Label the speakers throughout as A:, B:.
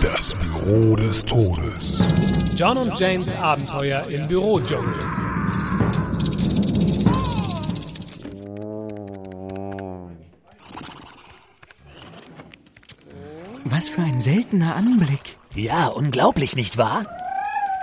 A: Das Büro des Todes.
B: John und Janes Abenteuer im Büro, John.
C: Was für ein seltener Anblick.
D: Ja, unglaublich, nicht wahr?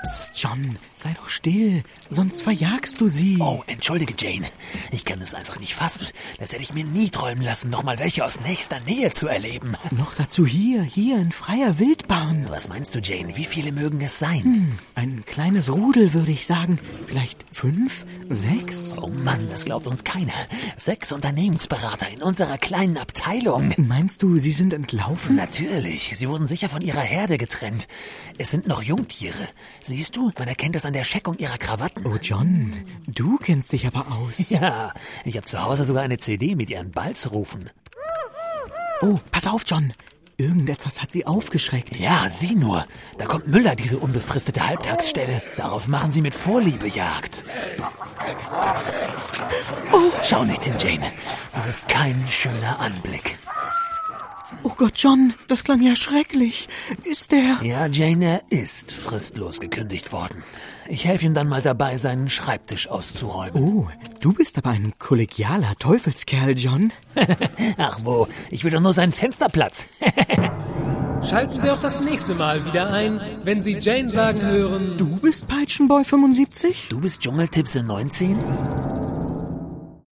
C: Psst, John, sei doch still, sonst verjagst du sie.
D: Oh, entschuldige, Jane. Ich kann es einfach nicht fassen. Das hätte ich mir nie träumen lassen, nochmal welche aus nächster Nähe zu erleben.
C: Noch dazu hier, hier in freier Wildbahn.
D: Was meinst du, Jane? Wie viele mögen es sein?
C: Hm, ein kleines Rudel, würde ich sagen. Vielleicht fünf, sechs?
D: Oh Mann, das glaubt uns keiner. Sechs Unternehmensberater in unserer kleinen Abteilung.
C: Meinst du, sie sind entlaufen?
D: Natürlich, sie wurden sicher von ihrer Herde getrennt. Es sind noch Jungtiere. Siehst du, man erkennt es an der Scheckung ihrer Krawatten.
C: Oh, John, du kennst dich aber aus.
D: Ja, ich habe zu Hause sogar eine CD mit ihren Balzrufen.
C: Oh, pass auf, John. Irgendetwas hat sie aufgeschreckt.
D: Ja, sieh nur, da kommt Müller, diese unbefristete Halbtagsstelle. Darauf machen sie mit Vorliebe Jagd. Oh, schau nicht hin, Jane. Das ist kein schöner Anblick.
C: Oh Gott, John, das klang ja schrecklich. Ist der...
D: Ja, Jane, er ist fristlos gekündigt worden. Ich helfe ihm dann mal dabei, seinen Schreibtisch auszuräumen.
C: Oh, du bist aber ein kollegialer Teufelskerl, John.
D: Ach wo, ich will doch nur seinen Fensterplatz.
B: Schalten Sie auch das nächste Mal wieder ein, wenn Sie Jane sagen hören.
C: Du bist Peitschenboy 75?
D: Du bist Dschungeltipse 19?